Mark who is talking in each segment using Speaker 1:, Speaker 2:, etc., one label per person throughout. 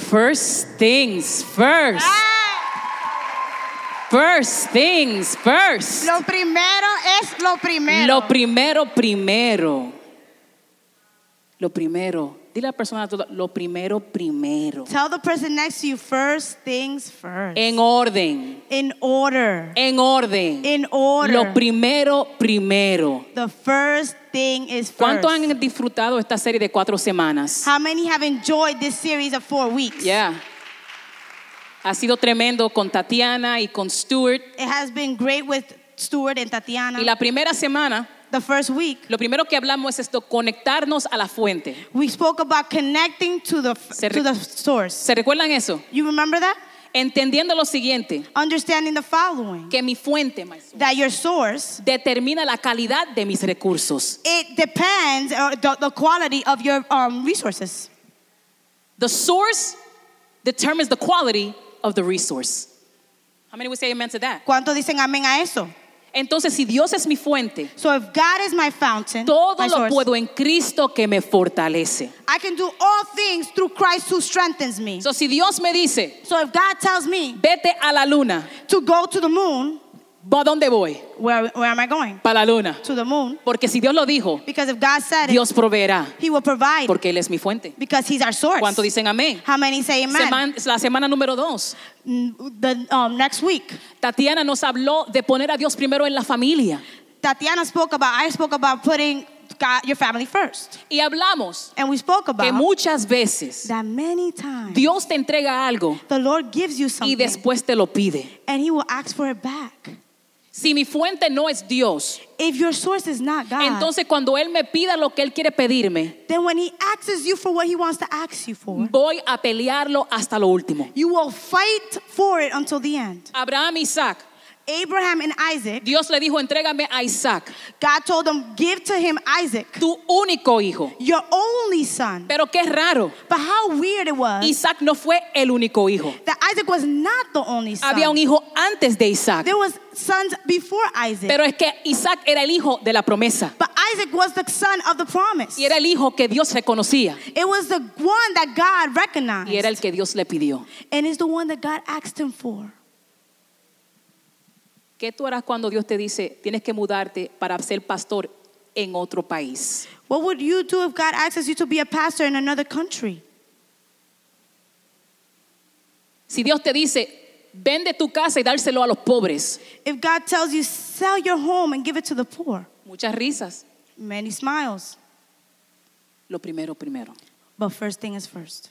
Speaker 1: First things first. First things first.
Speaker 2: Lo primero es lo primero.
Speaker 1: Lo primero, primero. Lo primero. Dile a la persona a tu lado, lo primero, primero.
Speaker 2: Tell the person next to you first things first.
Speaker 1: En orden.
Speaker 2: in order.
Speaker 1: En orden.
Speaker 2: In order.
Speaker 1: Lo primero, primero.
Speaker 2: the first thing is first.
Speaker 1: ¿Cuántos han disfrutado esta serie de cuatro semanas?
Speaker 2: How many have enjoyed this series of four weeks?
Speaker 1: Yeah. Ha sido tremendo con Tatiana y con Stuart.
Speaker 2: It has been great with Stuart and Tatiana.
Speaker 1: Y la primera semana,
Speaker 2: the first week,
Speaker 1: lo primero que hablamos es esto, conectarnos a la fuente.
Speaker 2: we spoke about connecting to the
Speaker 1: Se re-
Speaker 2: to the source.
Speaker 1: ¿Se recuerdan eso?
Speaker 2: You remember that?
Speaker 1: Entendiendo lo siguiente,
Speaker 2: Understanding the following.
Speaker 1: que mi fuente my source,
Speaker 2: that your source
Speaker 1: determina la calidad de mis recursos.
Speaker 2: it depends on the, the quality of your um, resources.
Speaker 1: The source determines the quality of the resource. How many would say amen to that?
Speaker 2: ¿Cuánto dicen amén a eso?
Speaker 1: Entonces, si Dios es mi fuente,
Speaker 2: So if God is my fountain,
Speaker 1: todo
Speaker 2: my
Speaker 1: lo
Speaker 2: source,
Speaker 1: puedo en Cristo que me fortalece.
Speaker 2: I can do all things through Christ who strengthens me. So,
Speaker 1: So, si Dios me dice,
Speaker 2: if God tells me
Speaker 1: vete a la luna,
Speaker 2: to go to the moon,
Speaker 1: ¿a dónde voy?
Speaker 2: where, where am I going?
Speaker 1: Para la luna.
Speaker 2: To the moon.
Speaker 1: Porque si Dios lo dijo,
Speaker 2: Because if God said
Speaker 1: Dios proveerá,
Speaker 2: it, He will provide.
Speaker 1: porque Él es mi fuente.
Speaker 2: Because He's our source.
Speaker 1: ¿Cuánto dicen amén?
Speaker 2: How many say amen?
Speaker 1: Seman- la semana número dos,
Speaker 2: Mm, The um, next week,
Speaker 1: Tatiana nos habló de poner a Dios primero en la familia.
Speaker 2: Tatiana spoke about, I spoke about putting God, your family first.
Speaker 1: Y hablamos
Speaker 2: And we spoke
Speaker 1: que
Speaker 2: about
Speaker 1: muchas veces
Speaker 2: that many times
Speaker 1: Dios te entrega algo
Speaker 2: the Lord gives you
Speaker 1: y
Speaker 2: something
Speaker 1: después te lo pide.
Speaker 2: and He will ask for it back.
Speaker 1: Si mi fuente no es Dios,
Speaker 2: If your source is not God,
Speaker 1: entonces cuando Él me pida lo que Él quiere pedirme,
Speaker 2: then when He asks you for what He wants to ask you for,
Speaker 1: voy a pelearlo hasta lo último.
Speaker 2: you will fight for it until the end.
Speaker 1: Abraham y Isaac,
Speaker 2: Abraham and Isaac,
Speaker 1: Dios le dijo, entrégame a Isaac,
Speaker 2: God told them, Give to him Isaac,
Speaker 1: tu único hijo.
Speaker 2: your only son.
Speaker 1: Pero qué raro,
Speaker 2: But how weird it was
Speaker 1: Isaac no fue el único hijo.
Speaker 2: that Isaac was not the only son.
Speaker 1: Había un hijo antes de Isaac,
Speaker 2: There was sons before Isaac.
Speaker 1: pero es que Isaac era el hijo de la promesa
Speaker 2: but Isaac was the son of the promise.
Speaker 1: y era el hijo que Dios reconocía
Speaker 2: it was the one that God recognized.
Speaker 1: y era el que Dios le pidió.
Speaker 2: and it's the one that God asked him for.
Speaker 1: ¿Qué tú harás cuando Dios te dice, tienes que mudarte para ser pastor en otro país?
Speaker 2: What would you do if God asks you to be a pastor in another country?
Speaker 1: Si Dios te dice, vende tu casa y dárselo a los pobres,
Speaker 2: If God tells you, sell your home and give it to the poor?
Speaker 1: muchas risas.
Speaker 2: Many smiles.
Speaker 1: Lo primero, primero.
Speaker 2: But first thing is first.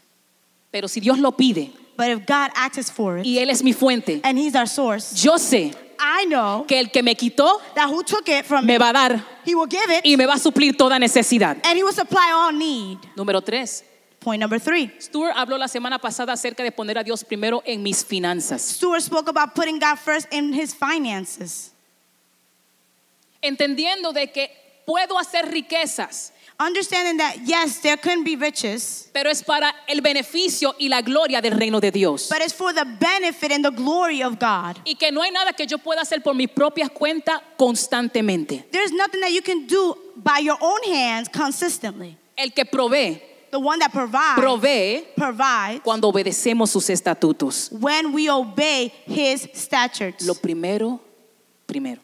Speaker 1: Pero si Dios lo pide
Speaker 2: But if God asks us for it
Speaker 1: y Él es mi fuente,
Speaker 2: and He's our source,
Speaker 1: yo sé
Speaker 2: I know
Speaker 1: que el que me quitó
Speaker 2: that who took it from
Speaker 1: me
Speaker 2: me,
Speaker 1: va a dar
Speaker 2: He will give it
Speaker 1: y me va a suplir toda necesidad.
Speaker 2: and He will supply all need.
Speaker 1: Número tres.
Speaker 2: Point number three.
Speaker 1: Stuart habló la semana pasada acerca de poner a Dios primero en mis finanzas.
Speaker 2: Stuart spoke about putting God first in His finances,
Speaker 1: Entendiendo de que puedo hacer riquezas,
Speaker 2: understanding that yes, there can be riches,
Speaker 1: pero es para el beneficio y la gloria del reino de Dios.
Speaker 2: but it's for the benefit and the glory of God.
Speaker 1: Y que no hay nada que yo pueda hacer por mis propias cuentas constantemente.
Speaker 2: There's nothing that you can do by your own hands consistently.
Speaker 1: El que provee,
Speaker 2: The one that provides
Speaker 1: provee
Speaker 2: provides
Speaker 1: cuando obedecemos sus estatutos.
Speaker 2: when we obey His statutes.
Speaker 1: Lo primero, primero.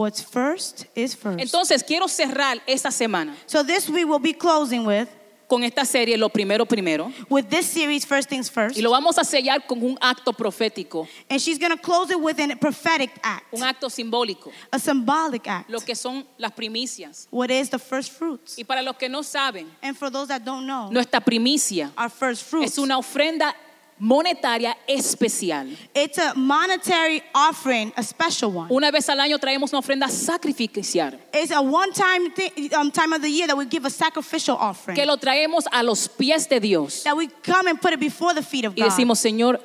Speaker 2: What's first is first.
Speaker 1: Entonces quiero cerrar esta semana
Speaker 2: so this week we'll be closing with
Speaker 1: con esta serie, Lo primero, primero.
Speaker 2: with this series, First Things First,
Speaker 1: Y lo vamos a sellar con un acto profético,
Speaker 2: and she's gonna close it with a prophetic act,
Speaker 1: un acto simbólico.
Speaker 2: a symbolic act.
Speaker 1: lo que son las primicias.
Speaker 2: what is the first fruits?
Speaker 1: Y para los que no saben,
Speaker 2: And for those that don't know,
Speaker 1: nuestra primicia
Speaker 2: our first fruits.
Speaker 1: es una ofrenda monetaria especial.
Speaker 2: it's a monetary offering, a special one.
Speaker 1: Una vez al año traemos una ofrenda sacrificial,
Speaker 2: It's a one-time thi- um, time of the year that we give a sacrificial offering.
Speaker 1: que lo traemos a los pies de Dios
Speaker 2: that we come and put it before the feet of
Speaker 1: y
Speaker 2: God.
Speaker 1: decimos, Señor,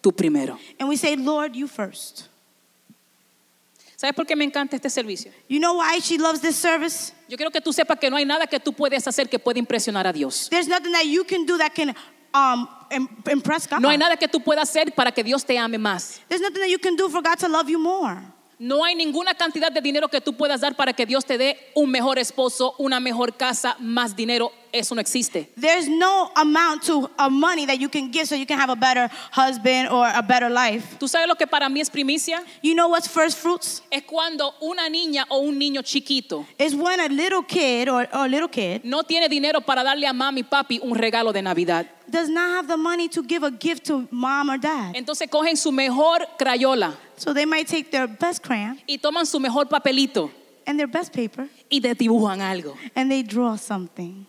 Speaker 1: tú primero.
Speaker 2: and we say, Lord, you first.
Speaker 1: ¿Sabes por qué me encanta este servicio?
Speaker 2: You know why she loves this service?
Speaker 1: Yo quiero que tú sepas que no hay nada que tú puedes hacer que pueda impresionar a Dios.
Speaker 2: There's nothing that you can do that can um, im- impress God.
Speaker 1: No hay nada que tú puedas hacer para que Dios te ame más.
Speaker 2: There's nothing that you can do for God to love you more.
Speaker 1: No hay ninguna cantidad de dinero que tú puedas dar para que Dios te dé un mejor esposo, una mejor casa, más dinero. Eso no existe.
Speaker 2: There's no amount to of money that you can give so you can have a better husband or a better life.
Speaker 1: ¿Tú sabes lo que para mí es primicia?
Speaker 2: You know what's first fruits?
Speaker 1: Es cuando una niña o un niño chiquito
Speaker 2: Is when a little kid or, or a little kid
Speaker 1: no tiene dinero para darle a mami y papi un regalo de Navidad.
Speaker 2: does not have the money to give a gift to mom or dad.
Speaker 1: Entonces cogen su mejor crayola
Speaker 2: So they might take their best crayon
Speaker 1: y toman su mejor papelito
Speaker 2: and their best paper
Speaker 1: y te dibujan algo.
Speaker 2: and they draw something.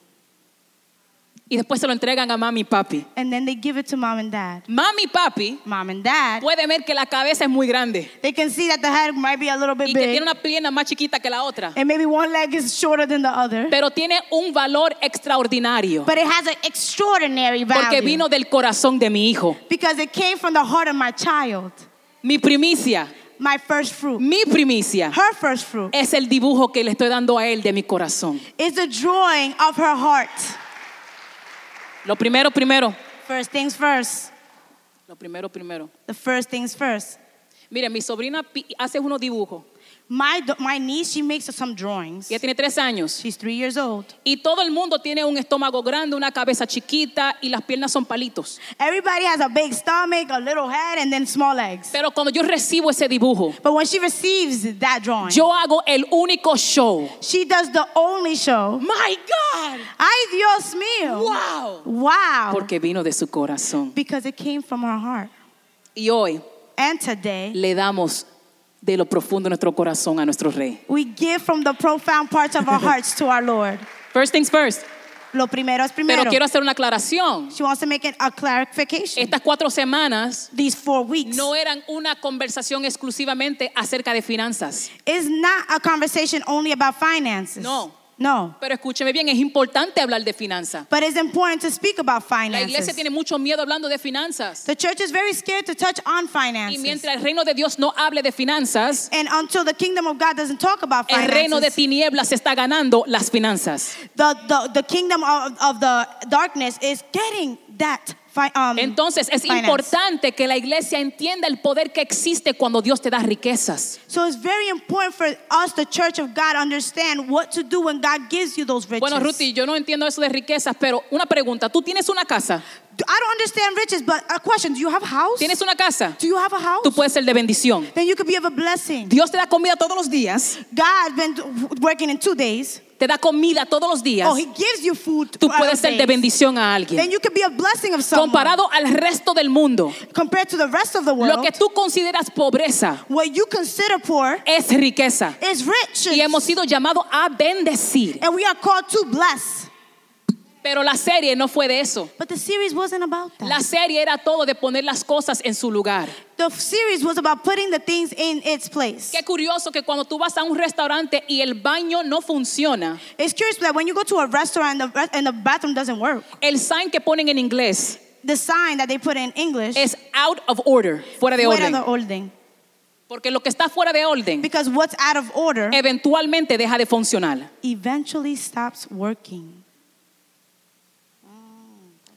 Speaker 1: Y después se lo entregan a mami y papi.
Speaker 2: And then they give it to mom and dad.
Speaker 1: Mami y papi
Speaker 2: Mom and dad,
Speaker 1: puede ver que la cabeza es muy grande
Speaker 2: they can see that the head might be a little bit
Speaker 1: y que
Speaker 2: big
Speaker 1: tiene una pierna más chiquita que la otra,
Speaker 2: and maybe one leg is shorter than the other.
Speaker 1: pero tiene un valor extraordinario
Speaker 2: But it has an extraordinary
Speaker 1: porque
Speaker 2: value
Speaker 1: vino del corazón de mi hijo.
Speaker 2: because it came from the heart of my child.
Speaker 1: Mi primicia,
Speaker 2: My first fruit,
Speaker 1: mi primicia
Speaker 2: her first fruit,
Speaker 1: es el dibujo que le estoy dando a él de mi corazón.
Speaker 2: is the drawing of her heart.
Speaker 1: Lo primero, primero.
Speaker 2: First things first.
Speaker 1: Lo primero, primero.
Speaker 2: The first things first.
Speaker 1: Mire, mi sobrina pi- hace unos dibujos.
Speaker 2: My, da- my niece, she makes some drawings.
Speaker 1: Ella tiene tres años.
Speaker 2: She's three years old.
Speaker 1: Y todo el mundo tiene un estómago grande, una cabeza chiquita y las piernas son palitos.
Speaker 2: Everybody has a big stomach, a little head, and then small legs.
Speaker 1: Pero cuando yo recibo ese dibujo,
Speaker 2: But when she receives that drawing,
Speaker 1: yo hago el único show.
Speaker 2: she does the only show.
Speaker 1: My God.
Speaker 2: Ay, Dios mío.
Speaker 1: Wow.
Speaker 2: Wow.
Speaker 1: Porque vino de su corazón.
Speaker 2: Because it came from her heart.
Speaker 1: Y hoy
Speaker 2: And today,
Speaker 1: le damos de lo profundo de nuestro corazón a nuestro rey.
Speaker 2: we give from the profound parts of our hearts to our Lord.
Speaker 1: First things first.
Speaker 2: Lo primero es primero.
Speaker 1: Pero quiero hacer una aclaración.
Speaker 2: She wants to make it a clarification.
Speaker 1: Estas cuatro semanas
Speaker 2: These four weeks
Speaker 1: no eran una conversación exclusivamente acerca de finanzas.
Speaker 2: is not a conversation only about finances.
Speaker 1: No.
Speaker 2: No.
Speaker 1: Pero escúcheme bien, es importante hablar de finanzas.
Speaker 2: But it's important to speak about
Speaker 1: La iglesia
Speaker 2: finances.
Speaker 1: tiene mucho miedo hablando de finanzas.
Speaker 2: The church is very scared to touch on
Speaker 1: Y
Speaker 2: finances.
Speaker 1: mientras el reino de Dios no hable de finanzas,
Speaker 2: And until the kingdom of God doesn't talk about
Speaker 1: el reino de
Speaker 2: finances,
Speaker 1: tinieblas está ganando las finanzas.
Speaker 2: the, the, the kingdom of, of the darkness is getting that. Fi- um,
Speaker 1: Entonces es
Speaker 2: finance.
Speaker 1: importante que la iglesia entienda el poder que existe cuando Dios te da riquezas.
Speaker 2: So it's very important for us, the church of God, understand what to do when God gives you those riches.
Speaker 1: Bueno, Ruti, yo no entiendo eso de riquezas, pero una pregunta, ¿tú tienes una casa?
Speaker 2: Do- I don't understand riches, but a question: Do you have a house?
Speaker 1: ¿Tienes una casa?
Speaker 2: Do you have a house?
Speaker 1: Tú puedes ser de bendición.
Speaker 2: Then you could be of a blessing.
Speaker 1: Dios te da comida todos los días,
Speaker 2: God's been do- working in two days.
Speaker 1: te da comida todos los días.
Speaker 2: Oh, He gives you food.
Speaker 1: Tú
Speaker 2: throughout
Speaker 1: puedes
Speaker 2: the
Speaker 1: ser de
Speaker 2: days.
Speaker 1: bendición a alguien.
Speaker 2: Then you could be a blessing of someone.
Speaker 1: Comparado al resto del mundo,
Speaker 2: compared to the rest of the world,
Speaker 1: lo que tú consideras pobreza
Speaker 2: what you consider poor
Speaker 1: es riqueza.
Speaker 2: is rich.
Speaker 1: Y hemos sido llamados a bendecir.
Speaker 2: and we are called to bless.
Speaker 1: Pero la serie no fue de eso.
Speaker 2: But the series wasn't about that.
Speaker 1: La serie era todo de poner las cosas en su lugar.
Speaker 2: the series was about putting the things in its place.
Speaker 1: Qué curioso que cuando tú vas a un restaurante y el baño no funciona,
Speaker 2: It's curious that when you go to a restaurant and the, re- and the bathroom doesn't work,
Speaker 1: el sign que ponen en inglés
Speaker 2: the sign that they put in English
Speaker 1: es out of order, fuera de
Speaker 2: "Fuera
Speaker 1: orden.
Speaker 2: de orden.
Speaker 1: Porque lo que está fuera de orden
Speaker 2: Because what's out of order
Speaker 1: eventualmente deja de funcionar.
Speaker 2: eventually stops working.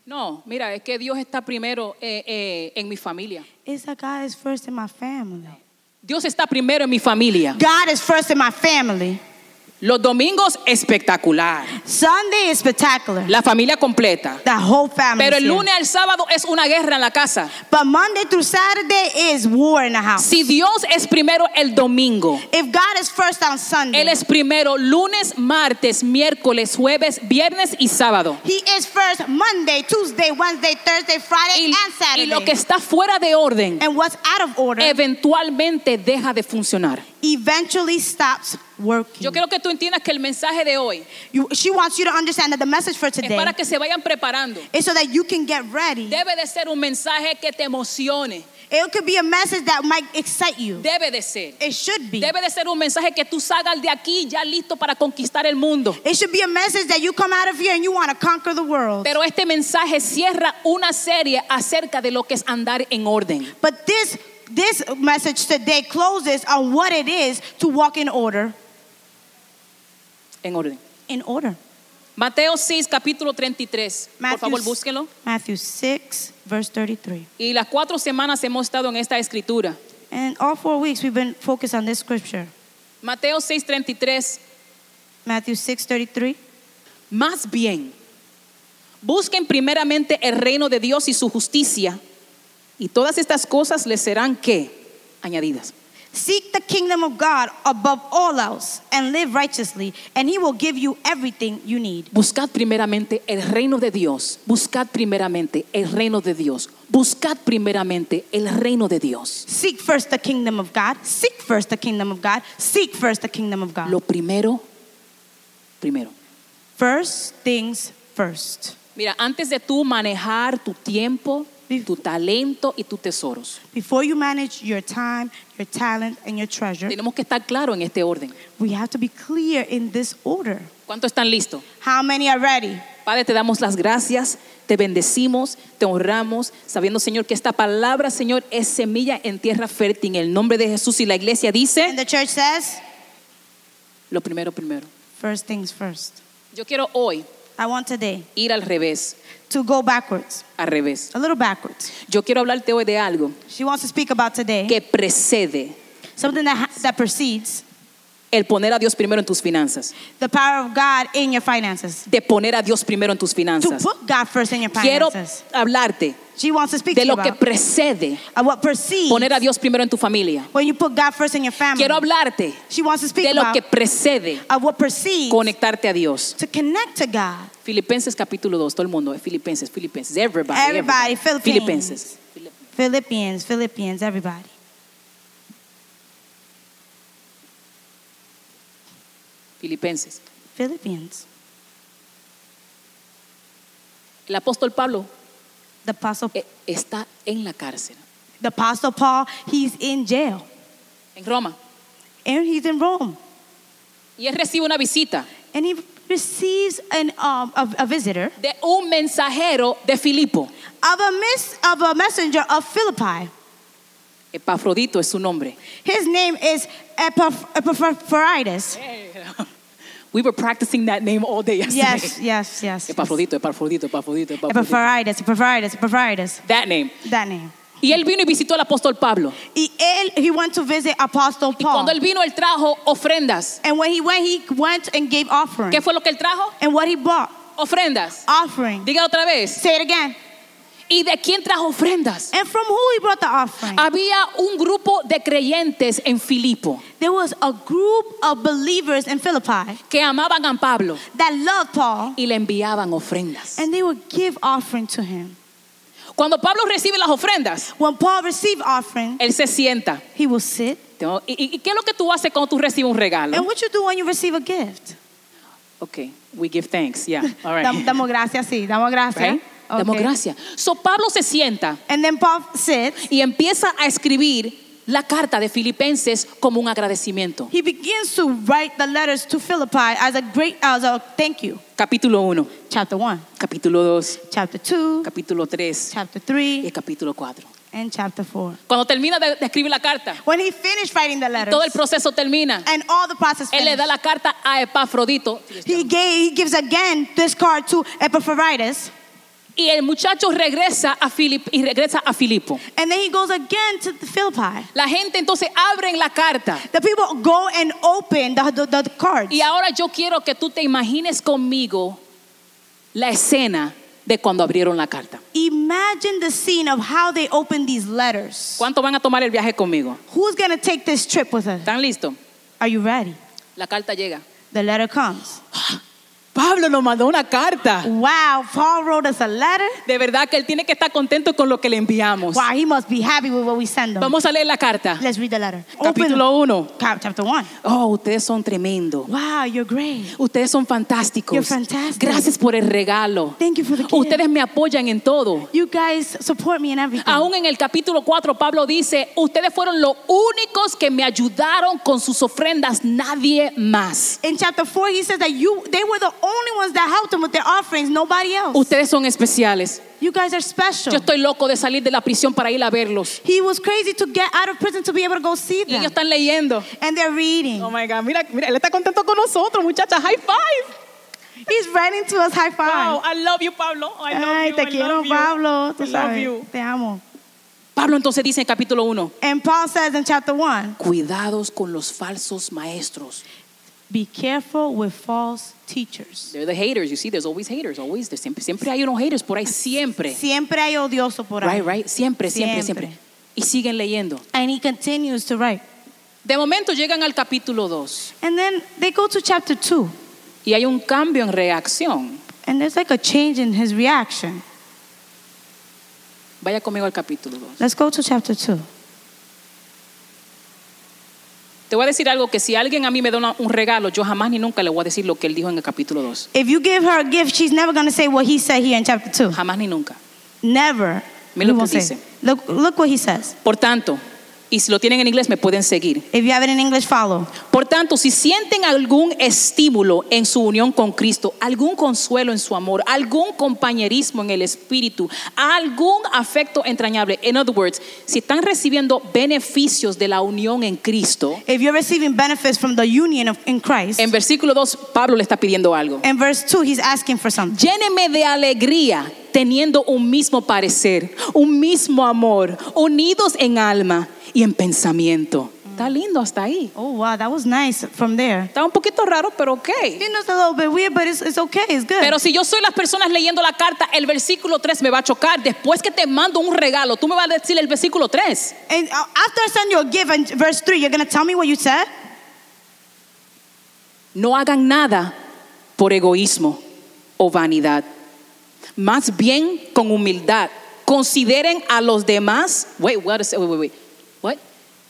Speaker 1: No, mira, es que Dios está primero eh, eh, en mi familia.
Speaker 2: It's that God is first in my family.
Speaker 1: Dios está primero en mi familia.
Speaker 2: God is first in my family.
Speaker 1: Los domingos espectacular,
Speaker 2: Sunday is spectacular.
Speaker 1: la familia completa.
Speaker 2: The whole family.
Speaker 1: Pero el lunes al sábado es una guerra en la casa.
Speaker 2: But Monday through Saturday is war in the house.
Speaker 1: Si Dios es primero el domingo,
Speaker 2: If God is first on Sunday,
Speaker 1: Él es primero lunes, martes, miércoles, jueves, viernes y sábado.
Speaker 2: He is first Monday, Tuesday, Wednesday, Thursday,
Speaker 1: Y,
Speaker 2: Friday, and Saturday.
Speaker 1: y lo que está fuera de orden
Speaker 2: and what's out of order
Speaker 1: eventualmente deja de funcionar.
Speaker 2: eventually stops working.
Speaker 1: Yo quiero que tú entiendas que el mensaje de hoy
Speaker 2: You- she wants you to understand that the message for
Speaker 1: es
Speaker 2: today
Speaker 1: para que se vayan preparando.
Speaker 2: is so that you can get ready.
Speaker 1: Debe de ser un mensaje que te emocione.
Speaker 2: It could be a message that might excite you.
Speaker 1: Debe de ser.
Speaker 2: It should be.
Speaker 1: Debe de ser un mensaje que tú salgas de aquí ya listo para conquistar el mundo.
Speaker 2: It should be a message that you come out of here and you want to conquer the world.
Speaker 1: Pero este mensaje cierra una serie acerca de lo que es andar en orden.
Speaker 2: But this this message today closes on what it is to walk in order.
Speaker 1: En orden.
Speaker 2: In order.
Speaker 1: Mateo 6, capítulo 33. Por favor, búsquenlo.
Speaker 2: Matthew 6, verse 33.
Speaker 1: Y las cuatro semanas hemos estado en esta escritura.
Speaker 2: And And all four weeks we've been focused on this scripture.
Speaker 1: Mateo 6:33.
Speaker 2: Matthew 6:33.
Speaker 1: Más bien, busquen primeramente el reino de Dios y su justicia, y todas estas cosas les serán que añadidas.
Speaker 2: Seek the kingdom of God above all else and live righteously, and he will give you everything you need.
Speaker 1: Buscad primeramente el reino de Dios. Buscad primeramente el reino de Dios. Buscad primeramente el reino de Dios.
Speaker 2: Seek first the kingdom of God. Seek first the kingdom of God. Seek first the kingdom of God.
Speaker 1: Lo primero, primero.
Speaker 2: First things first.
Speaker 1: Mira, antes de tú manejar tu tiempo, tu talento y tus tesoros,
Speaker 2: Before you manage your time, your talent, and your treasure,
Speaker 1: tenemos que estar claro en este orden.
Speaker 2: we have to be clear in this order.
Speaker 1: ¿Cuántos están listos?
Speaker 2: How many are ready?
Speaker 1: Padre, te damos las gracias, te bendecimos, te honramos, sabiendo, Señor, que esta palabra, Señor, es semilla en tierra fértil. En el nombre de Jesús y la iglesia
Speaker 2: And
Speaker 1: dice,
Speaker 2: the church says,
Speaker 1: lo primero, primero.
Speaker 2: first things first.
Speaker 1: Yo quiero hoy
Speaker 2: I want today
Speaker 1: ir al revés,
Speaker 2: to go backwards,
Speaker 1: al revés.
Speaker 2: a little backwards.
Speaker 1: Yo quiero hablarte hoy de algo
Speaker 2: She wants to speak about today
Speaker 1: que precede
Speaker 2: something that, ha- that precedes
Speaker 1: el poner a Dios primero en tus finanzas,
Speaker 2: the power of God in your finances.
Speaker 1: de poner a Dios primero en tus
Speaker 2: To
Speaker 1: finanzas.
Speaker 2: put God first in your
Speaker 1: Quiero
Speaker 2: finances.
Speaker 1: hablarte
Speaker 2: She wants to speak
Speaker 1: de
Speaker 2: to you
Speaker 1: lo que
Speaker 2: about
Speaker 1: precede
Speaker 2: uh, what precedes
Speaker 1: poner a Dios primero en tu familia.
Speaker 2: when you put God first in your family.
Speaker 1: Quiero hablarte
Speaker 2: She wants to speak
Speaker 1: de lo
Speaker 2: about
Speaker 1: que precede
Speaker 2: uh, what precedes
Speaker 1: conectarte a Dios.
Speaker 2: to connect to God.
Speaker 1: Filipenses capítulo 2, todo el mundo, eh, Filipenses, Filipenses, everybody,
Speaker 2: Everybody,
Speaker 1: Filipenses.
Speaker 2: Philippians, Philippians, everybody.
Speaker 1: Filipenses.
Speaker 2: Philippians.
Speaker 1: El apóstol Pablo
Speaker 2: The apostle,
Speaker 1: eh, está en la cárcel,
Speaker 2: the apostle Paul, he's in jail
Speaker 1: en Roma,
Speaker 2: and he's in Rome.
Speaker 1: y él recibe una visita
Speaker 2: And he receives an, um, a, a visitor
Speaker 1: de un mensajero de Filipo.
Speaker 2: of a, miss, of a messenger of Philippi.
Speaker 1: Epafrodito es su nombre.
Speaker 2: His name is Epaph- Epaphroditus.
Speaker 1: We were practicing that name all day yesterday.
Speaker 2: Yes, yes, yes.
Speaker 1: Epafrodito, Epafrodito, Epafrodito, Epafrodito.
Speaker 2: Epaphroditus, Epaphroditus, Epaphroditus.
Speaker 1: That name.
Speaker 2: That name.
Speaker 1: Y él vino y visitó al apóstol Pablo.
Speaker 2: Y él, he went to visit Apostle
Speaker 1: Y cuando él
Speaker 2: Paul.
Speaker 1: vino, él trajo ofrendas.
Speaker 2: And when he went, he went and gave offering.
Speaker 1: ¿Qué fue lo que él trajo?
Speaker 2: And what he bought,
Speaker 1: Ofrendas.
Speaker 2: offering.
Speaker 1: Diga otra vez.
Speaker 2: Say it again.
Speaker 1: ¿Y de quién trajo ofrendas?
Speaker 2: And from who he brought the offering?
Speaker 1: Había un grupo de creyentes en Filipo
Speaker 2: There was a group of believers in Philippi
Speaker 1: que amaban a Pablo
Speaker 2: that loved Paul,
Speaker 1: y le enviaban ofrendas.
Speaker 2: and they would give offering to him.
Speaker 1: Cuando Pablo recibe las ofrendas,
Speaker 2: When Paul received offering,
Speaker 1: él se sienta.
Speaker 2: he will sit.
Speaker 1: Tengo- ¿Y, y- y qué es lo que tú haces cuando tú recibes un
Speaker 2: And
Speaker 1: regalo?
Speaker 2: what you do when you receive a gift?
Speaker 1: Ok, we give thanks, yeah, all right.
Speaker 2: Dam- Damos gracias, sí, damos gracias.
Speaker 1: Right? Damos
Speaker 2: Okay.
Speaker 1: gracias. So Pablo se sienta
Speaker 2: And then Paul sits.
Speaker 1: y empieza a escribir la carta de Filipenses como un agradecimiento.
Speaker 2: He begins to write the letters to Philippi as a great, as a thank you.
Speaker 1: Capítulo 1,
Speaker 2: Chapter 1,
Speaker 1: capítulo 2,
Speaker 2: chapter 2,
Speaker 1: capítulo 3
Speaker 2: chapter
Speaker 1: y
Speaker 2: 3,
Speaker 1: el capítulo 4.
Speaker 2: and chapter 4.
Speaker 1: Cuando termina de- de escribir la carta,
Speaker 2: When he finished writing the letters,
Speaker 1: todo el proceso termina.
Speaker 2: and all the process
Speaker 1: Él le
Speaker 2: finished,
Speaker 1: da la carta a Epafrodito
Speaker 2: He gave, he gives again this card to Epaphroditus,
Speaker 1: y el muchacho regresa a Filip y regresa a Filipo.
Speaker 2: and then he goes again to the Philippi.
Speaker 1: La gente entonces abre la carta
Speaker 2: The people go and open the, the, the cards.
Speaker 1: y ahora yo quiero que tú te imagines conmigo la escena de cuando abrieron la carta.
Speaker 2: Imagine the scene of how they open these letters.
Speaker 1: ¿Cuánto van a tomar el viaje conmigo?
Speaker 2: Who's gonna take this trip with us?
Speaker 1: ¿Están listos?
Speaker 2: Are you ready?
Speaker 1: La carta llega.
Speaker 2: The letter comes.
Speaker 1: Pablo nos mandó una carta.
Speaker 2: Wow, Paul wrote us a letter.
Speaker 1: De verdad que él tiene que estar contento con lo que le enviamos.
Speaker 2: Wow, he must be happy with what we send him.
Speaker 1: Vamos a leer la carta.
Speaker 2: Let's read the letter. Open
Speaker 1: Capítulo 1.
Speaker 2: Cap- chapter one.
Speaker 1: Oh, ustedes son tremendos.
Speaker 2: Wow, you're great.
Speaker 1: Ustedes son fantásticos.
Speaker 2: You're fantastic.
Speaker 1: Gracias por el regalo.
Speaker 2: Thank you for the gift.
Speaker 1: Ustedes me apoyan en todo.
Speaker 2: You guys support me in everything.
Speaker 1: Aún en el capítulo 4 Pablo dice, ustedes fueron los únicos que me ayudaron con sus ofrendas, nadie más.
Speaker 2: In chapter 4, he says that you they were the only ones that helped him with their offerings, nobody else.
Speaker 1: Ustedes son especiales.
Speaker 2: You guys are special.
Speaker 1: Yo estoy loco de salir de la prisión para ir a verlos.
Speaker 2: He was crazy to get out of prison to be able to go see
Speaker 1: Y ellos
Speaker 2: them.
Speaker 1: están leyendo.
Speaker 2: And they're reading.
Speaker 1: Oh my God, mira, mira, él está contento con nosotros, muchachas. High five.
Speaker 2: He's writing to us high five.
Speaker 1: I love you, Pablo. I
Speaker 2: Ay, te quiero, Pablo. Tú sabes. Te amo.
Speaker 1: Pablo entonces dice en capítulo 1,
Speaker 2: And Paul says in chapter 1
Speaker 1: cuidados con los falsos maestros.
Speaker 2: Be careful with false teachers.
Speaker 1: They're the haters. You see, there's always haters. Always. There's siempre, siempre hay unos haters por ahí. Siempre.
Speaker 2: Siempre hay odioso por ahí.
Speaker 1: Right, right. Siempre, siempre, siempre.
Speaker 2: Siempre.
Speaker 1: Y siguen leyendo.
Speaker 2: And he continues to write.
Speaker 1: De momento llegan al capítulo 2
Speaker 2: And then they go to chapter 2,
Speaker 1: y hay un cambio en reacción.
Speaker 2: and there's like a change in his reaction.
Speaker 1: Vaya conmigo al capítulo 2.
Speaker 2: Let's go to chapter 2.
Speaker 1: Te voy a decir algo que si alguien a mí me da una- un regalo, yo jamás ni nunca le voy a decir lo que él dijo en el capítulo 2.
Speaker 2: If you give her a gift, she's never going to say what he said here in chapter 2.
Speaker 1: Jamás ni nunca.
Speaker 2: Never.
Speaker 1: Mira lo
Speaker 2: You won't
Speaker 1: que
Speaker 2: say.
Speaker 1: dice.
Speaker 2: Look, look what he says.
Speaker 1: Por tanto, y si lo tienen en inglés me pueden seguir.
Speaker 2: If you have it in English, follow.
Speaker 1: Por tanto, si sienten algún estímulo en su unión con Cristo, algún consuelo en su amor, algún compañerismo en el espíritu, algún afecto entrañable, en other words, si están recibiendo beneficios de la unión en Cristo,
Speaker 2: If you're receiving benefits from the union of, in Christ,
Speaker 1: en versículo 2 Pablo le está pidiendo algo.
Speaker 2: in verse 2, he's asking for something.
Speaker 1: Lléneme de alegría teniendo un mismo parecer, un mismo amor, unidos en alma y en pensamiento. Está lindo hasta ahí.
Speaker 2: Oh, wow, that was nice from there.
Speaker 1: Está un poquito raro, pero ok.
Speaker 2: You know, it's a little bit weird, but it's, it's okay, it's good.
Speaker 1: Pero si yo soy las personas leyendo la carta, el versículo 3 me va a chocar. Después que te mando un regalo, tú me vas a decir el versículo 3.
Speaker 2: and uh, after I send you a gift in verse 3, you're going to tell me what you said?
Speaker 1: No hagan nada por egoísmo o vanidad. Más bien con humildad. Consideren a los demás. Wait, what is- wait, wait, wait. What?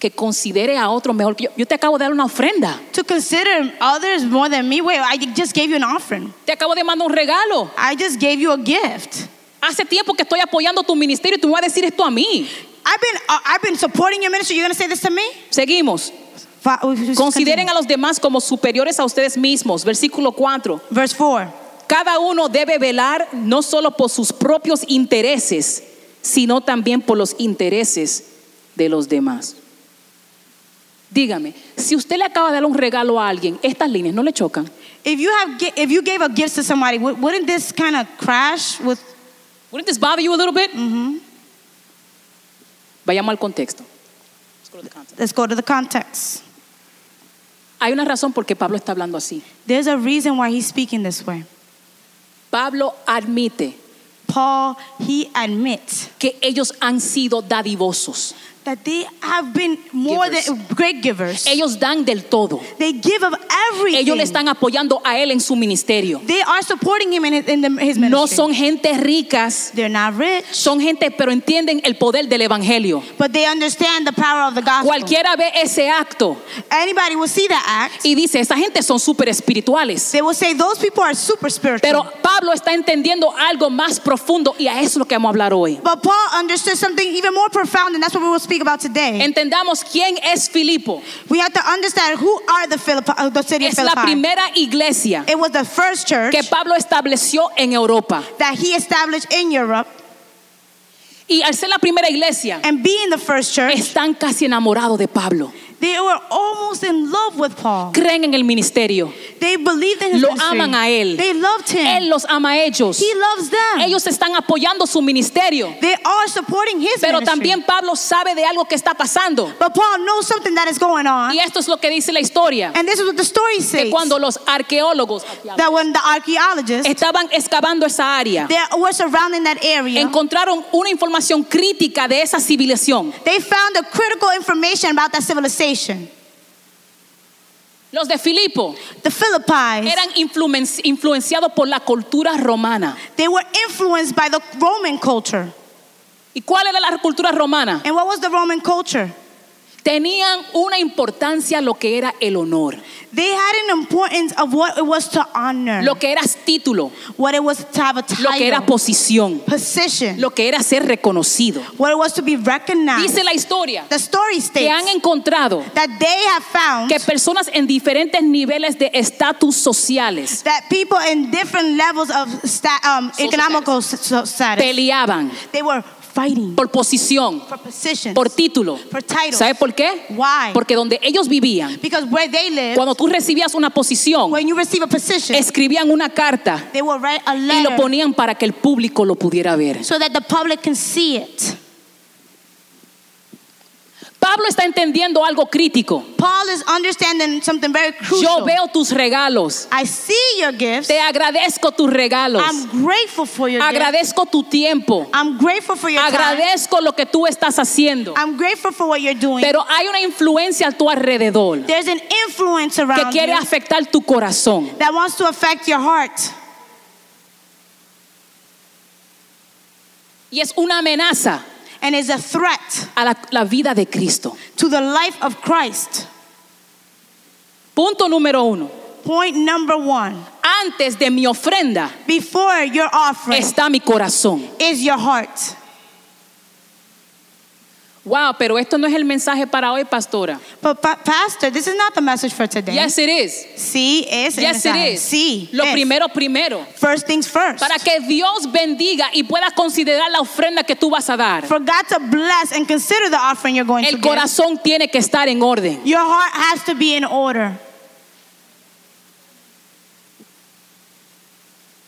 Speaker 1: Que considere a otros mejor que yo. Yo te acabo de dar una ofrenda.
Speaker 2: To consider others more than me? Wait, I just gave you an offering.
Speaker 1: Te acabo de mandar un regalo.
Speaker 2: I just gave you a gift.
Speaker 1: Hace tiempo que estoy apoyando tu ministerio y tú me vas a decir esto a mí.
Speaker 2: I've been, uh, I've been supporting your ministry. You're going to say this to me? uh,
Speaker 1: Seguimos.
Speaker 2: Fa- we- we-
Speaker 1: Consideren a los demás como superiores a ustedes mismos. Versículo 4.
Speaker 2: Verse 4.
Speaker 1: Cada uno debe velar no solo por sus propios intereses, sino también por los intereses de los demás. Dígame, si usted le acaba de dar un regalo a alguien, estas líneas no le chocan.
Speaker 2: If you have, gi- if you gave a gift to somebody, wou- wouldn't this kind of crash with?
Speaker 1: Wouldn't this bother you a little bit? Vayamos al contexto.
Speaker 2: Let's go to the context.
Speaker 1: Hay una razón por qué Pablo está hablando así.
Speaker 2: There's a reason why he's speaking this way.
Speaker 1: Pablo admite
Speaker 2: Paul he admits
Speaker 1: que ellos han sido dadivosos.
Speaker 2: that they have been more than great givers.
Speaker 1: Ellos dan del todo.
Speaker 2: They give of everything.
Speaker 1: Ellos le están apoyando a él en su ministerio.
Speaker 2: they are supporting him in his, in the, his ministry.
Speaker 1: No son gente ricas,
Speaker 2: They're not rich,
Speaker 1: son gente, pero entienden el poder del evangelio.
Speaker 2: but they understand the power of the gospel.
Speaker 1: Cualquiera ve ese acto
Speaker 2: Anybody will see that act.
Speaker 1: y dice, esa gente son súper espirituales.
Speaker 2: They will say those people are super spiritual.
Speaker 1: Pero Pablo está entendiendo algo más profundo y a eso es lo que vamos a hablar hoy.
Speaker 2: but Paul understood something even more profound, and that's what we will speak about today.
Speaker 1: Entendamos quién es Filipo.
Speaker 2: We have to understand who are the Philippi, uh, the city of
Speaker 1: Es la
Speaker 2: Philippi.
Speaker 1: primera iglesia
Speaker 2: it was the first church
Speaker 1: que Pablo estableció en Europa.
Speaker 2: that he established in Europe,
Speaker 1: Y al ser la primera iglesia,
Speaker 2: and being the first church,
Speaker 1: están casi enamorados de Pablo.
Speaker 2: they were almost in love with Paul.
Speaker 1: Creen en el ministerio.
Speaker 2: They believed in his
Speaker 1: Lo
Speaker 2: ministry.
Speaker 1: aman a él.
Speaker 2: They loved him.
Speaker 1: Él los ama a ellos.
Speaker 2: he loves them.
Speaker 1: Ellos están apoyando su ministerio.
Speaker 2: they are supporting his
Speaker 1: Pero
Speaker 2: ministry.
Speaker 1: también Pablo sabe de algo que está pasando.
Speaker 2: but Paul knows something that is going on,
Speaker 1: Y esto es lo que dice la historia.
Speaker 2: and this is what the story
Speaker 1: Que
Speaker 2: says.
Speaker 1: cuando los arqueólogos
Speaker 2: that when the archaeologists
Speaker 1: estaban excavando esa área,
Speaker 2: they were surrounding that area,
Speaker 1: encontraron una información crítica de esa civilización.
Speaker 2: they found the critical information about that civilization.
Speaker 1: Los de Filipo
Speaker 2: The Philippi.
Speaker 1: eran influenci- influenciados por la cultura romana.
Speaker 2: They were influenced by the Roman culture.
Speaker 1: ¿Y cuál era la cultura romana?
Speaker 2: And what was the Roman culture?
Speaker 1: Tenían una importancia lo que era el honor,
Speaker 2: They had an importance of what it was to honor,
Speaker 1: lo que era título,
Speaker 2: what it was to have a
Speaker 1: lo que era
Speaker 2: title,
Speaker 1: posición,
Speaker 2: position,
Speaker 1: lo que era ser reconocido.
Speaker 2: what it was to be recognized.
Speaker 1: Dice la historia
Speaker 2: The story
Speaker 1: que han
Speaker 2: states
Speaker 1: encontrado
Speaker 2: that they have found
Speaker 1: que personas en diferentes niveles de estatus sociales
Speaker 2: that people in different levels of sta- um,
Speaker 1: Social
Speaker 2: economical s- so- status,
Speaker 1: peleaban
Speaker 2: they were fighting
Speaker 1: por posición,
Speaker 2: for positions,
Speaker 1: por título.
Speaker 2: for titles.
Speaker 1: ¿Sabe por qué?
Speaker 2: Why?
Speaker 1: Porque donde ellos vivían,
Speaker 2: because where they live,
Speaker 1: cuando tú recibías una posición,
Speaker 2: when you receive a position,
Speaker 1: escribían una carta
Speaker 2: they will write a
Speaker 1: y lo
Speaker 2: letter
Speaker 1: ponían para que el público lo pudiera ver.
Speaker 2: so that the public can see it.
Speaker 1: Pablo está entendiendo algo crítico.
Speaker 2: Paul is understanding something very
Speaker 1: Yo
Speaker 2: crucial.
Speaker 1: veo tus regalos.
Speaker 2: I see your gifts.
Speaker 1: Te agradezco tus regalos.
Speaker 2: I'm grateful for your gifts.
Speaker 1: Agradezco tu tiempo.
Speaker 2: I'm grateful for your time.
Speaker 1: Agradezco lo que tú estás haciendo.
Speaker 2: I'm grateful for what you're doing.
Speaker 1: Pero hay una influencia a tu alrededor
Speaker 2: There's an influence
Speaker 1: que
Speaker 2: around
Speaker 1: quiere
Speaker 2: you
Speaker 1: afectar tu corazón.
Speaker 2: that wants to affect your heart.
Speaker 1: Y es una amenaza
Speaker 2: And is a threat
Speaker 1: a la, la vida de Cristo.
Speaker 2: to the life of Christ.
Speaker 1: Punto número uno.
Speaker 2: Point number one.
Speaker 1: Antes de mi ofrenda
Speaker 2: Before your offering
Speaker 1: está mi corazón.
Speaker 2: is your heart.
Speaker 1: Wow, pero esto no es el mensaje para hoy, pastora.
Speaker 2: But pa- Pastor, this is not the message for today.
Speaker 1: Yes, it is.
Speaker 2: Sí es.
Speaker 1: Yes, it
Speaker 2: mensaje.
Speaker 1: is.
Speaker 2: Sí
Speaker 1: Lo
Speaker 2: es.
Speaker 1: primero, primero.
Speaker 2: First things first.
Speaker 1: Para que Dios bendiga y pueda considerar la ofrenda que tú vas a dar,
Speaker 2: For God to bless and consider the offering you're going to
Speaker 1: el
Speaker 2: give.
Speaker 1: corazón tiene que estar en orden.
Speaker 2: Your heart has to be in order.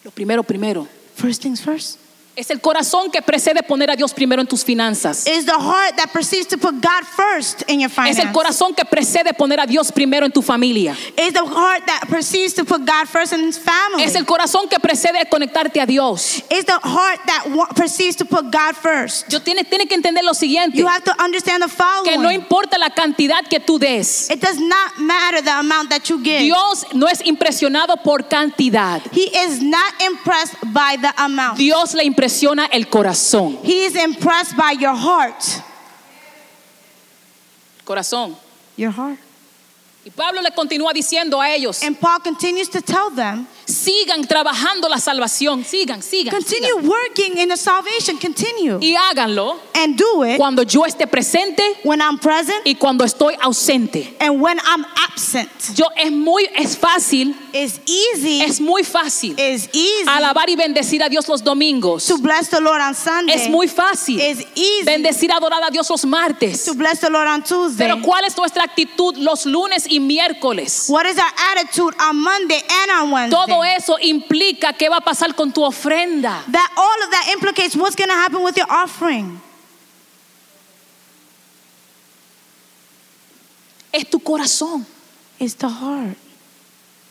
Speaker 1: Lo primero, primero.
Speaker 2: First things first.
Speaker 1: Es el corazón que precede poner a Dios primero en tus finanzas.
Speaker 2: Is the heart that perceives to put God first in your
Speaker 1: Es
Speaker 2: finances.
Speaker 1: el corazón que precede poner a Dios primero en tu familia.
Speaker 2: Is the heart that perceives to put God first in his family.
Speaker 1: Es el corazón que precede conectarte a Dios.
Speaker 2: Is the heart that wa- perceives to put God first.
Speaker 1: Yo tiene, tiene que entender lo siguiente,
Speaker 2: You have to understand the following.
Speaker 1: que no importa la cantidad que tú des,
Speaker 2: it does not matter the amount that you give.
Speaker 1: Dios no es impresionado por cantidad.
Speaker 2: he is not impressed by the amount.
Speaker 1: Dios le impresiona el corazón.
Speaker 2: he is impressed by your heart.
Speaker 1: Corazón.
Speaker 2: Your heart.
Speaker 1: Y Pablo le continúa diciendo a ellos,
Speaker 2: And Paul continues to tell them,
Speaker 1: sigan trabajando la salvación, sigan, sigan.
Speaker 2: continue
Speaker 1: sigan.
Speaker 2: working in the salvation, continue.
Speaker 1: Y háganlo
Speaker 2: and do it
Speaker 1: cuando yo esté presente
Speaker 2: when I'm present
Speaker 1: y cuando estoy ausente.
Speaker 2: and when I'm absent.
Speaker 1: Yo es muy es fácil,
Speaker 2: It's easy.
Speaker 1: es muy fácil
Speaker 2: It's easy
Speaker 1: alabar y bendecir a Dios los domingos.
Speaker 2: to bless the Lord on Sunday.
Speaker 1: Es muy fácil
Speaker 2: It's easy
Speaker 1: bendecir adorar a Dios los martes.
Speaker 2: to bless the Lord on Tuesday.
Speaker 1: Pero ¿cuál es nuestra actitud los lunes y miércoles?
Speaker 2: What is our attitude on Monday and on Wednesday?
Speaker 1: Todo eso implica qué va a pasar con tu ofrenda.
Speaker 2: that all of that implicates what's going to happen with your offering.
Speaker 1: Es tu corazón.
Speaker 2: It's the heart.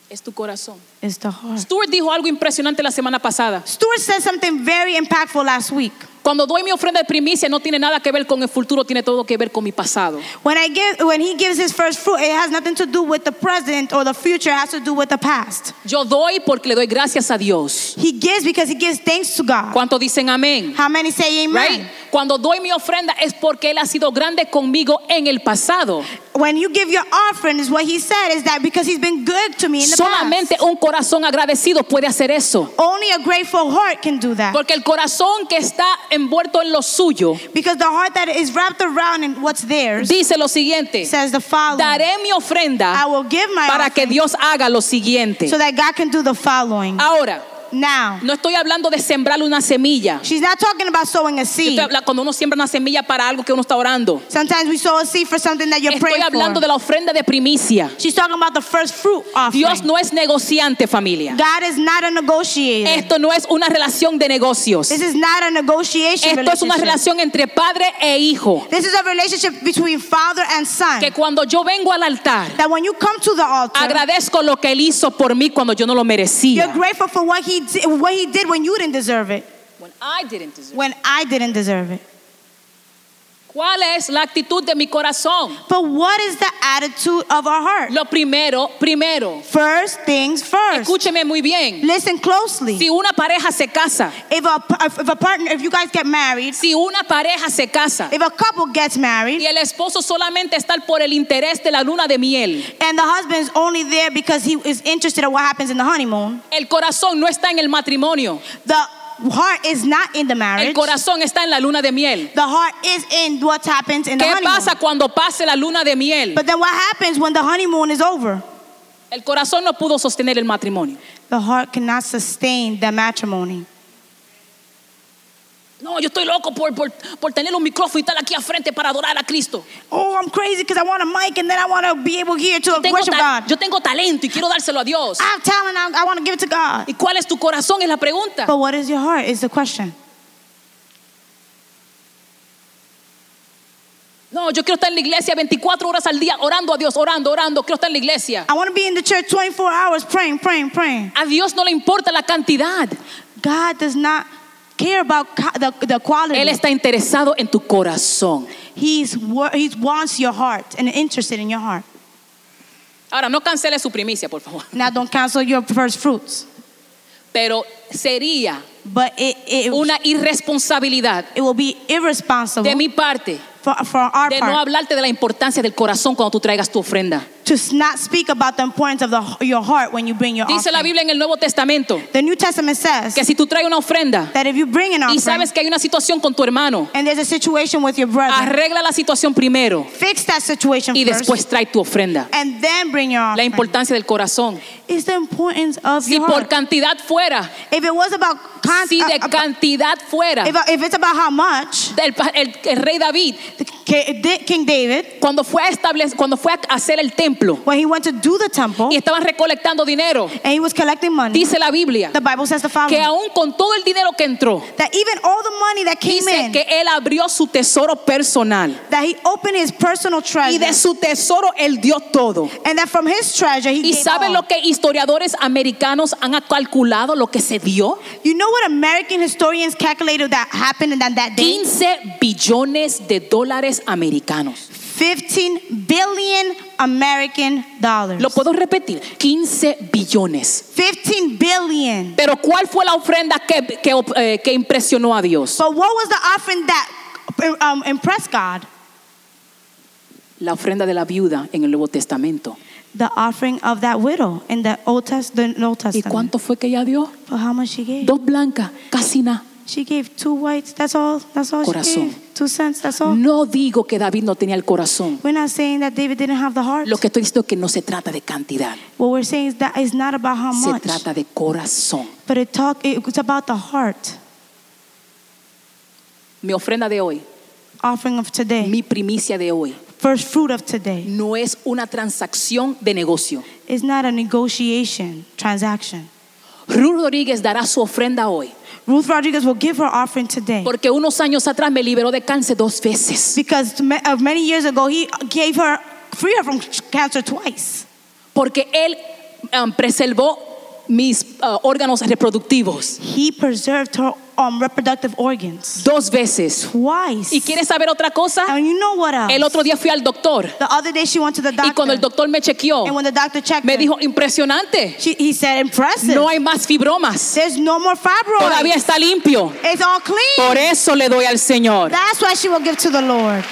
Speaker 1: Es tu corazón.
Speaker 2: It's the heart.
Speaker 1: Stuart dijo algo impresionante la semana pasada.
Speaker 2: Stuart said something very impactful last week.
Speaker 1: Cuando doy mi ofrenda de primicia no tiene nada que ver con el futuro, tiene todo que ver con mi pasado.
Speaker 2: When I give, when he gives his first fruit, it has nothing to do with the present or the future. It has to do with the past.
Speaker 1: Yo doy porque le doy gracias a Dios.
Speaker 2: He gives because he gives thanks to God.
Speaker 1: ¿Cuántos dicen amén?
Speaker 2: How many say amen?
Speaker 1: Right? Cuando doy mi ofrenda es porque Él ha sido grande conmigo en el pasado.
Speaker 2: When you give your offering, is what he said is that because he's been good to me in the past.
Speaker 1: Solamente un corazón agradecido puede hacer eso.
Speaker 2: Only a grateful heart can do that.
Speaker 1: Porque el corazón que está envuelto en lo suyo
Speaker 2: Because the heart that is wrapped around in what's theirs
Speaker 1: dice lo siguiente,
Speaker 2: says the following.
Speaker 1: daré mi
Speaker 2: I
Speaker 1: ofrenda
Speaker 2: will give my
Speaker 1: para que
Speaker 2: offering
Speaker 1: Dios haga lo siguiente.
Speaker 2: so that God can do the following.
Speaker 1: Ahora,
Speaker 2: Now,
Speaker 1: no estoy hablando de sembrar una semilla.
Speaker 2: she's not talking about sowing a
Speaker 1: Yo
Speaker 2: seed.
Speaker 1: estoy habla- Cuando uno siembra una semilla para algo que uno está orando.
Speaker 2: Sometimes we sow a seed for something that you're
Speaker 1: Estoy
Speaker 2: praying
Speaker 1: hablando de
Speaker 2: for.
Speaker 1: la ofrenda de primicia.
Speaker 2: She's talking about the first fruit
Speaker 1: Dios
Speaker 2: offering.
Speaker 1: no es negociante, familia.
Speaker 2: God is not a negotiator.
Speaker 1: Esto no es una relación de negocios.
Speaker 2: This is not a negotiation
Speaker 1: Esto es una
Speaker 2: relationship.
Speaker 1: relación entre padre e hijo.
Speaker 2: This is a relationship between father and son.
Speaker 1: Que cuando yo vengo al altar,
Speaker 2: That when you come to the altar,
Speaker 1: agradezco lo que él hizo por mí cuando yo no lo merecía.
Speaker 2: you're grateful for what he did, what he did when you didn't deserve it,
Speaker 1: When I didn't deserve-
Speaker 2: when I didn't deserve it.
Speaker 1: ¿Cuál es la actitud de mi corazón?
Speaker 2: But what is the attitude of our heart?
Speaker 1: Lo primero, primero.
Speaker 2: First things first.
Speaker 1: Escúcheme muy bien.
Speaker 2: Listen closely.
Speaker 1: Si una pareja se casa,
Speaker 2: If a, if a partner, if you guys get married,
Speaker 1: si una pareja se casa
Speaker 2: if a couple gets
Speaker 1: y
Speaker 2: married,
Speaker 1: el esposo solamente está por el interés de la luna de miel,
Speaker 2: and the husband's only there because he is interested in what happens in the honeymoon,
Speaker 1: el corazón no está en el matrimonio,
Speaker 2: the heart is not in the
Speaker 1: el
Speaker 2: marriage. The
Speaker 1: corazón está en la luna de miel.
Speaker 2: heart is in what happens in the
Speaker 1: ¿Qué pasa
Speaker 2: honeymoon.
Speaker 1: cuando pase la luna de miel?
Speaker 2: But then what happens when the honeymoon is over?
Speaker 1: El corazón no pudo sostener el matrimonio.
Speaker 2: The heart cannot sustain the matrimony.
Speaker 1: No, yo estoy loco por, por, por tener un micrófono y estar aquí al frente para adorar a Cristo.
Speaker 2: Oh, I'm crazy because I want a mic and then I want to be able here to
Speaker 1: Tengo
Speaker 2: worship
Speaker 1: ta-
Speaker 2: God.
Speaker 1: yo tengo talento y quiero dárselo a Dios.
Speaker 2: I have talent, I, I want to give it to God.
Speaker 1: ¿Y cuál es tu corazón? Es la pregunta.
Speaker 2: But what is your heart is the question.
Speaker 1: No, yo quiero estar en la iglesia 24 horas al día orando a Dios, orando, orando. Quiero estar en la iglesia.
Speaker 2: I want to be in the church 24 hours praying, praying, praying.
Speaker 1: A Dios no le importa la cantidad.
Speaker 2: God does not care about co- the, the quality.
Speaker 1: Él está interesado en tu corazón.
Speaker 2: He's, wor- he wants your heart and interested in your heart.
Speaker 1: Ahora, no cancele su primicia, por favor.
Speaker 2: Now, don't cancel your first fruits.
Speaker 1: Pero sería
Speaker 2: But it, it,
Speaker 1: una irresponsabilidad
Speaker 2: it will be irresponsible
Speaker 1: de mi parte
Speaker 2: for, for our
Speaker 1: de
Speaker 2: part
Speaker 1: no hablarte de la importancia del corazón cuando tú traigas tu ofrenda.
Speaker 2: to not speak about the importance of the, your heart when you bring your
Speaker 1: Dice la
Speaker 2: offering.
Speaker 1: Biblia en el Nuevo Testamento
Speaker 2: The New Testament says
Speaker 1: que si tú traes una ofrenda
Speaker 2: that if you bring an
Speaker 1: y
Speaker 2: offering
Speaker 1: sabes que hay una situación con tu hermano,
Speaker 2: and there's a situation with your brother,
Speaker 1: arregla la situación primero
Speaker 2: fix that situation
Speaker 1: y
Speaker 2: first
Speaker 1: después trae tu ofrenda.
Speaker 2: and then bring your
Speaker 1: La
Speaker 2: offering.
Speaker 1: importancia del corazón.
Speaker 2: It's the importance of
Speaker 1: Si
Speaker 2: your
Speaker 1: por
Speaker 2: heart.
Speaker 1: cantidad fuera,
Speaker 2: If it was about, con-
Speaker 1: si
Speaker 2: uh,
Speaker 1: de
Speaker 2: about-
Speaker 1: cantidad fuera,
Speaker 2: if, if it's about how much,
Speaker 1: el, pa- el- el rey David,
Speaker 2: the K- Di- King David,
Speaker 1: cuando fue, a establec- cuando fue a hacer el templo
Speaker 2: when he went to do the temple
Speaker 1: y estaban recolectando dinero,
Speaker 2: and he was collecting money,
Speaker 1: dice la Biblia
Speaker 2: the Bible says the
Speaker 1: que
Speaker 2: following
Speaker 1: aún con todo el dinero que entró,
Speaker 2: that even all the money that came
Speaker 1: dice
Speaker 2: in,
Speaker 1: que él abrió su tesoro personal
Speaker 2: that he opened his personal
Speaker 1: y
Speaker 2: treasure
Speaker 1: de su tesoro él dio todo.
Speaker 2: and that from his treasure he
Speaker 1: ¿Y
Speaker 2: gave
Speaker 1: saben lo
Speaker 2: all.
Speaker 1: que historiadores americanos han calculado lo que se dio?
Speaker 2: You know what American historians calculated that happened on that day?
Speaker 1: 15 billones de dólares americanos.
Speaker 2: 15 billion American dollars.
Speaker 1: Lo puedo repetir, 15 billones.
Speaker 2: 15 billion.
Speaker 1: Pero ¿cuál fue la ofrenda que, que, eh, que impresionó a Dios?
Speaker 2: So what was the offering that um, impressed God?
Speaker 1: La ofrenda de la viuda en el Nuevo Testamento.
Speaker 2: The offering of that widow in the Old Testament, the Old
Speaker 1: ¿Y
Speaker 2: Testament.
Speaker 1: cuánto fue que ella dio?
Speaker 2: For how much she gave?
Speaker 1: Dos blancas, casi nada.
Speaker 2: She gave two whites. That's all. That's all she
Speaker 1: Corazón.
Speaker 2: gave. Two cents. That's all.
Speaker 1: No digo que David no tenía el corazón.
Speaker 2: We're not saying that David didn't have the heart.
Speaker 1: Lo que estoy diciendo es que no se trata de cantidad,
Speaker 2: What we're saying is that it's not about how
Speaker 1: se
Speaker 2: much,
Speaker 1: trata de corazón.
Speaker 2: but it talk. It's about the heart.
Speaker 1: Mi ofrenda de hoy,
Speaker 2: Offering of today,
Speaker 1: mi primicia de hoy,
Speaker 2: first fruit of today,
Speaker 1: no es una transacción de negocio.
Speaker 2: is not a negotiation transaction.
Speaker 1: Ruth Rodríguez dará su ofrenda hoy,
Speaker 2: Ruth Rodriguez will give her offering today
Speaker 1: porque unos años atrás me liberó de cáncer dos veces.
Speaker 2: because ma- uh, many years ago he gave her free her from cancer twice
Speaker 1: Porque él um, preservó mis uh, órganos reproductivos
Speaker 2: he preserved her um, reproductive organs
Speaker 1: dos veces.
Speaker 2: twice
Speaker 1: ¿Y quieres saber otra cosa?
Speaker 2: and you know what else
Speaker 1: El otro día fui al doctor
Speaker 2: the other day she went to the
Speaker 1: y cuando el
Speaker 2: doctor
Speaker 1: doctor me chequeó,
Speaker 2: and when the doctor checked
Speaker 1: me
Speaker 2: her,
Speaker 1: dijo, impresionante,
Speaker 2: she, he said impressive
Speaker 1: no hay más fibromas,
Speaker 2: there's no more
Speaker 1: todavía
Speaker 2: fibroids
Speaker 1: está limpio.
Speaker 2: it's all clean
Speaker 1: Por eso le doy al Señor.
Speaker 2: that's why she will give to the Lord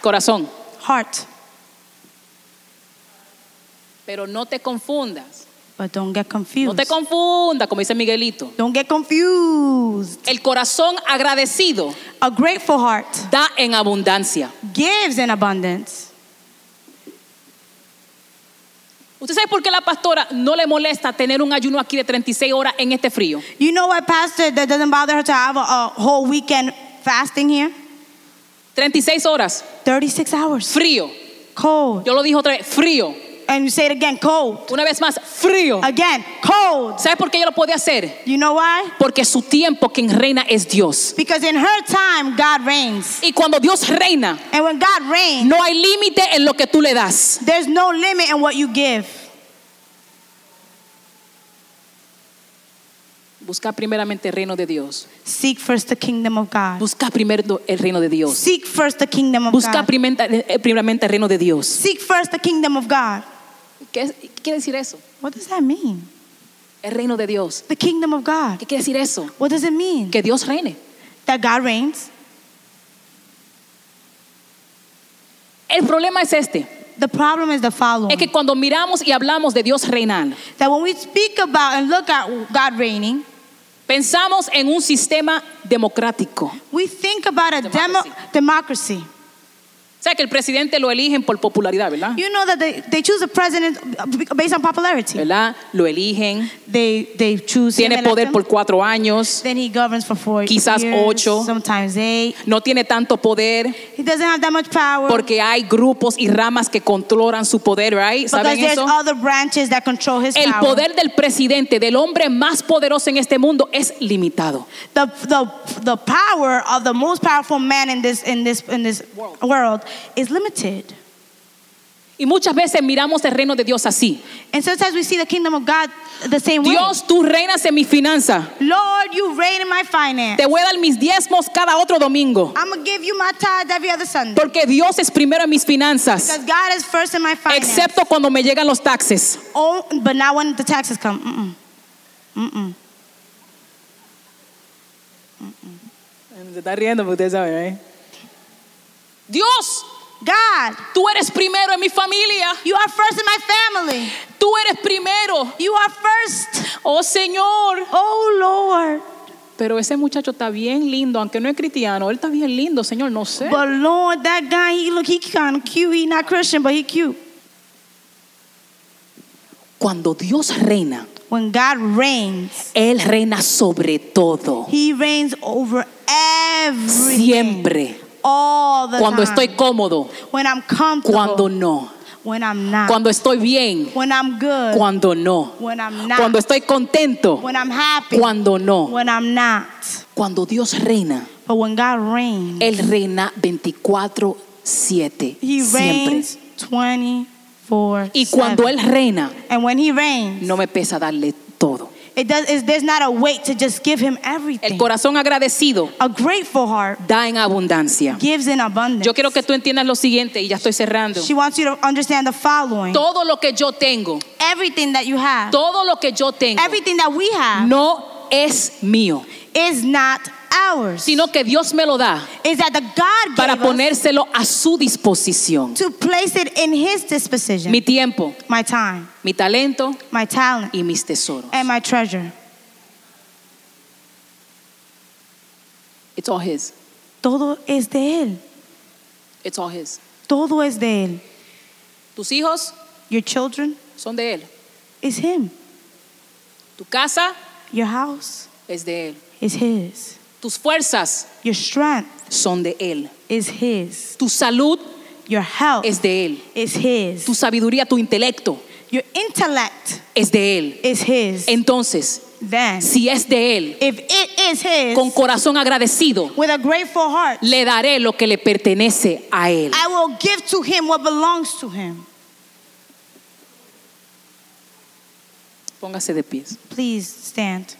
Speaker 1: Corazón,
Speaker 2: heart
Speaker 1: pero no te confundas,
Speaker 2: but don't get
Speaker 1: no
Speaker 2: confused
Speaker 1: te confunda, como dice Miguelito.
Speaker 2: don't get confused
Speaker 1: El corazón agradecido
Speaker 2: a grateful heart
Speaker 1: da en abundancia.
Speaker 2: gives in abundance.
Speaker 1: ¿Usted sabe por qué la pastora no le molesta tener un ayuno aquí de 36 horas en este frío?
Speaker 2: You know what, Pastor? That doesn't bother her to have a, a whole weekend fasting here.
Speaker 1: 36 horas,
Speaker 2: 36 hours.
Speaker 1: frío.
Speaker 2: Cold.
Speaker 1: Yo lo dije otra vez, frío.
Speaker 2: And you say it again, cold.
Speaker 1: Una vez más, frío.
Speaker 2: Again, cold.
Speaker 1: ¿Sabe por qué ella lo puede hacer?
Speaker 2: You know why?
Speaker 1: Porque su tiempo quien reina es Dios.
Speaker 2: Because in her time, God reigns.
Speaker 1: Y cuando Dios reina,
Speaker 2: And when God reigns,
Speaker 1: no hay límite en lo que tú le das.
Speaker 2: there's no limit in what you give.
Speaker 1: Busca primeramente el reino de Dios.
Speaker 2: Seek first the kingdom of God.
Speaker 1: Busca primero el reino de Dios.
Speaker 2: Seek first the kingdom of
Speaker 1: Busca
Speaker 2: God.
Speaker 1: primeramente eh, primeramente el reino de Dios.
Speaker 2: Seek first the kingdom of God.
Speaker 1: ¿Qué, es- qué quiere decir eso?
Speaker 2: What does that mean?
Speaker 1: El reino de Dios.
Speaker 2: The kingdom of God.
Speaker 1: ¿Qué quiere decir eso?
Speaker 2: What does it mean?
Speaker 1: Que Dios reine.
Speaker 2: That God reigns.
Speaker 1: El problema es este.
Speaker 2: The problem is the following.
Speaker 1: es que cuando miramos y hablamos de Dios reinar,
Speaker 2: that when we speak about and look at God reigning,
Speaker 1: pensamos en un sistema democrático.
Speaker 2: we think about a demo- democracy.
Speaker 1: O sea, que el presidente lo eligen por popularidad, ¿verdad?
Speaker 2: You know that they, they choose a president based on popularity.
Speaker 1: ¿Verdad? Lo eligen,
Speaker 2: They, they choose him,
Speaker 1: tiene
Speaker 2: elect
Speaker 1: poder
Speaker 2: him.
Speaker 1: por cuatro años,
Speaker 2: Then he governs for four
Speaker 1: Quizás
Speaker 2: years,
Speaker 1: ocho.
Speaker 2: sometimes eight.
Speaker 1: no tiene tanto poder
Speaker 2: He doesn't have that much power
Speaker 1: porque hay grupos y ramas que controlan su poder, ¿right?
Speaker 2: because
Speaker 1: ¿Saben
Speaker 2: there's
Speaker 1: eso?
Speaker 2: other branches that control his
Speaker 1: El
Speaker 2: power.
Speaker 1: poder del presidente, del hombre más poderoso en este mundo, es limitado.
Speaker 2: the, the, the power of the most powerful man in this, in this, in this world is limited.
Speaker 1: Y muchas veces miramos el reino de Dios así.
Speaker 2: And sometimes we see the kingdom of God the same way.
Speaker 1: Dios, tú reinas en mi finanza.
Speaker 2: Lord, you reign in my finance.
Speaker 1: Te voy a dar mis diezmos cada otro domingo.
Speaker 2: I'm going to give you my tithe every other Sunday.
Speaker 1: Porque Dios es primero en mis finanzas.
Speaker 2: Because God is first in my finance.
Speaker 1: Excepto cuando me llegan los taxes.
Speaker 2: oh, but not when the taxes come. Mm-mm. Mm-mm.
Speaker 1: Se está riendo porque ¿eh? usted sabe, Dios,
Speaker 2: God,
Speaker 1: tú eres primero en mi familia.
Speaker 2: you are first in my family.
Speaker 1: Tú eres primero.
Speaker 2: You are first.
Speaker 1: Oh Señor.
Speaker 2: Oh, Lord.
Speaker 1: Pero ese muchacho está bien lindo, aunque no es cristiano. Él está bien lindo, Señor, no sé.
Speaker 2: But Lord, that guy, he look, he kind of cute. He not Christian, but he cute.
Speaker 1: Cuando Dios reina,
Speaker 2: When God reigns,
Speaker 1: Él reina sobre todo.
Speaker 2: He reigns over everything,
Speaker 1: Siempre.
Speaker 2: all the
Speaker 1: Cuando
Speaker 2: time.
Speaker 1: estoy cómodo,
Speaker 2: when I'm comfortable,
Speaker 1: cuando no.
Speaker 2: when I'm not,
Speaker 1: Cuando estoy bien,
Speaker 2: when I'm good,
Speaker 1: cuando no.
Speaker 2: when I'm not,
Speaker 1: Cuando estoy contento,
Speaker 2: when I'm happy,
Speaker 1: cuando no.
Speaker 2: when I'm not.
Speaker 1: Cuando Dios reina,
Speaker 2: But when God reigns,
Speaker 1: Él reina 24-7.
Speaker 2: He
Speaker 1: Eh, Siempre.
Speaker 2: reigns 24
Speaker 1: Y cuando Él reina,
Speaker 2: And when He reigns,
Speaker 1: no me pesa darle todo.
Speaker 2: it does, it's, there's not a weight to just give Him
Speaker 1: El
Speaker 2: everything.
Speaker 1: corazón agradecido
Speaker 2: A grateful heart
Speaker 1: da en abundancia.
Speaker 2: gives in abundance.
Speaker 1: Yo quiero que tú entiendas lo siguiente y ya estoy cerrando.
Speaker 2: She wants you to understand the following.
Speaker 1: Todo lo que yo tengo,
Speaker 2: Everything that you have,
Speaker 1: todo lo que yo tengo,
Speaker 2: everything that we have,
Speaker 1: no es mío,
Speaker 2: is not ours.
Speaker 1: sino que Dios me lo da
Speaker 2: is that the God
Speaker 1: para
Speaker 2: gave us
Speaker 1: ponérselo a su disposición.
Speaker 2: to place it in His disposition.
Speaker 1: Mi tiempo,
Speaker 2: my time,
Speaker 1: mi talento
Speaker 2: my talent,
Speaker 1: y mis tesoros.
Speaker 2: and my treasure.
Speaker 1: It's all his.
Speaker 2: Todo es de él.
Speaker 1: It's all his.
Speaker 2: Todo es de él.
Speaker 1: Tus hijos
Speaker 2: Your children
Speaker 1: son de él.
Speaker 2: is him.
Speaker 1: Tu casa
Speaker 2: Your house
Speaker 1: es de él.
Speaker 2: is his.
Speaker 1: Tus fuerzas
Speaker 2: Your strength
Speaker 1: son de él.
Speaker 2: is his.
Speaker 1: Tu salud
Speaker 2: Your health
Speaker 1: es de él.
Speaker 2: is his.
Speaker 1: Tu sabiduría, tu intelecto
Speaker 2: Your intellect
Speaker 1: es de él.
Speaker 2: is his.
Speaker 1: Entonces,
Speaker 2: then,
Speaker 1: si es de él,
Speaker 2: if it is his,
Speaker 1: con corazón agradecido,
Speaker 2: with a grateful heart,
Speaker 1: le daré lo que le pertenece a él.
Speaker 2: I will give to him what belongs to him.
Speaker 1: Póngase de pies.
Speaker 2: Please stand.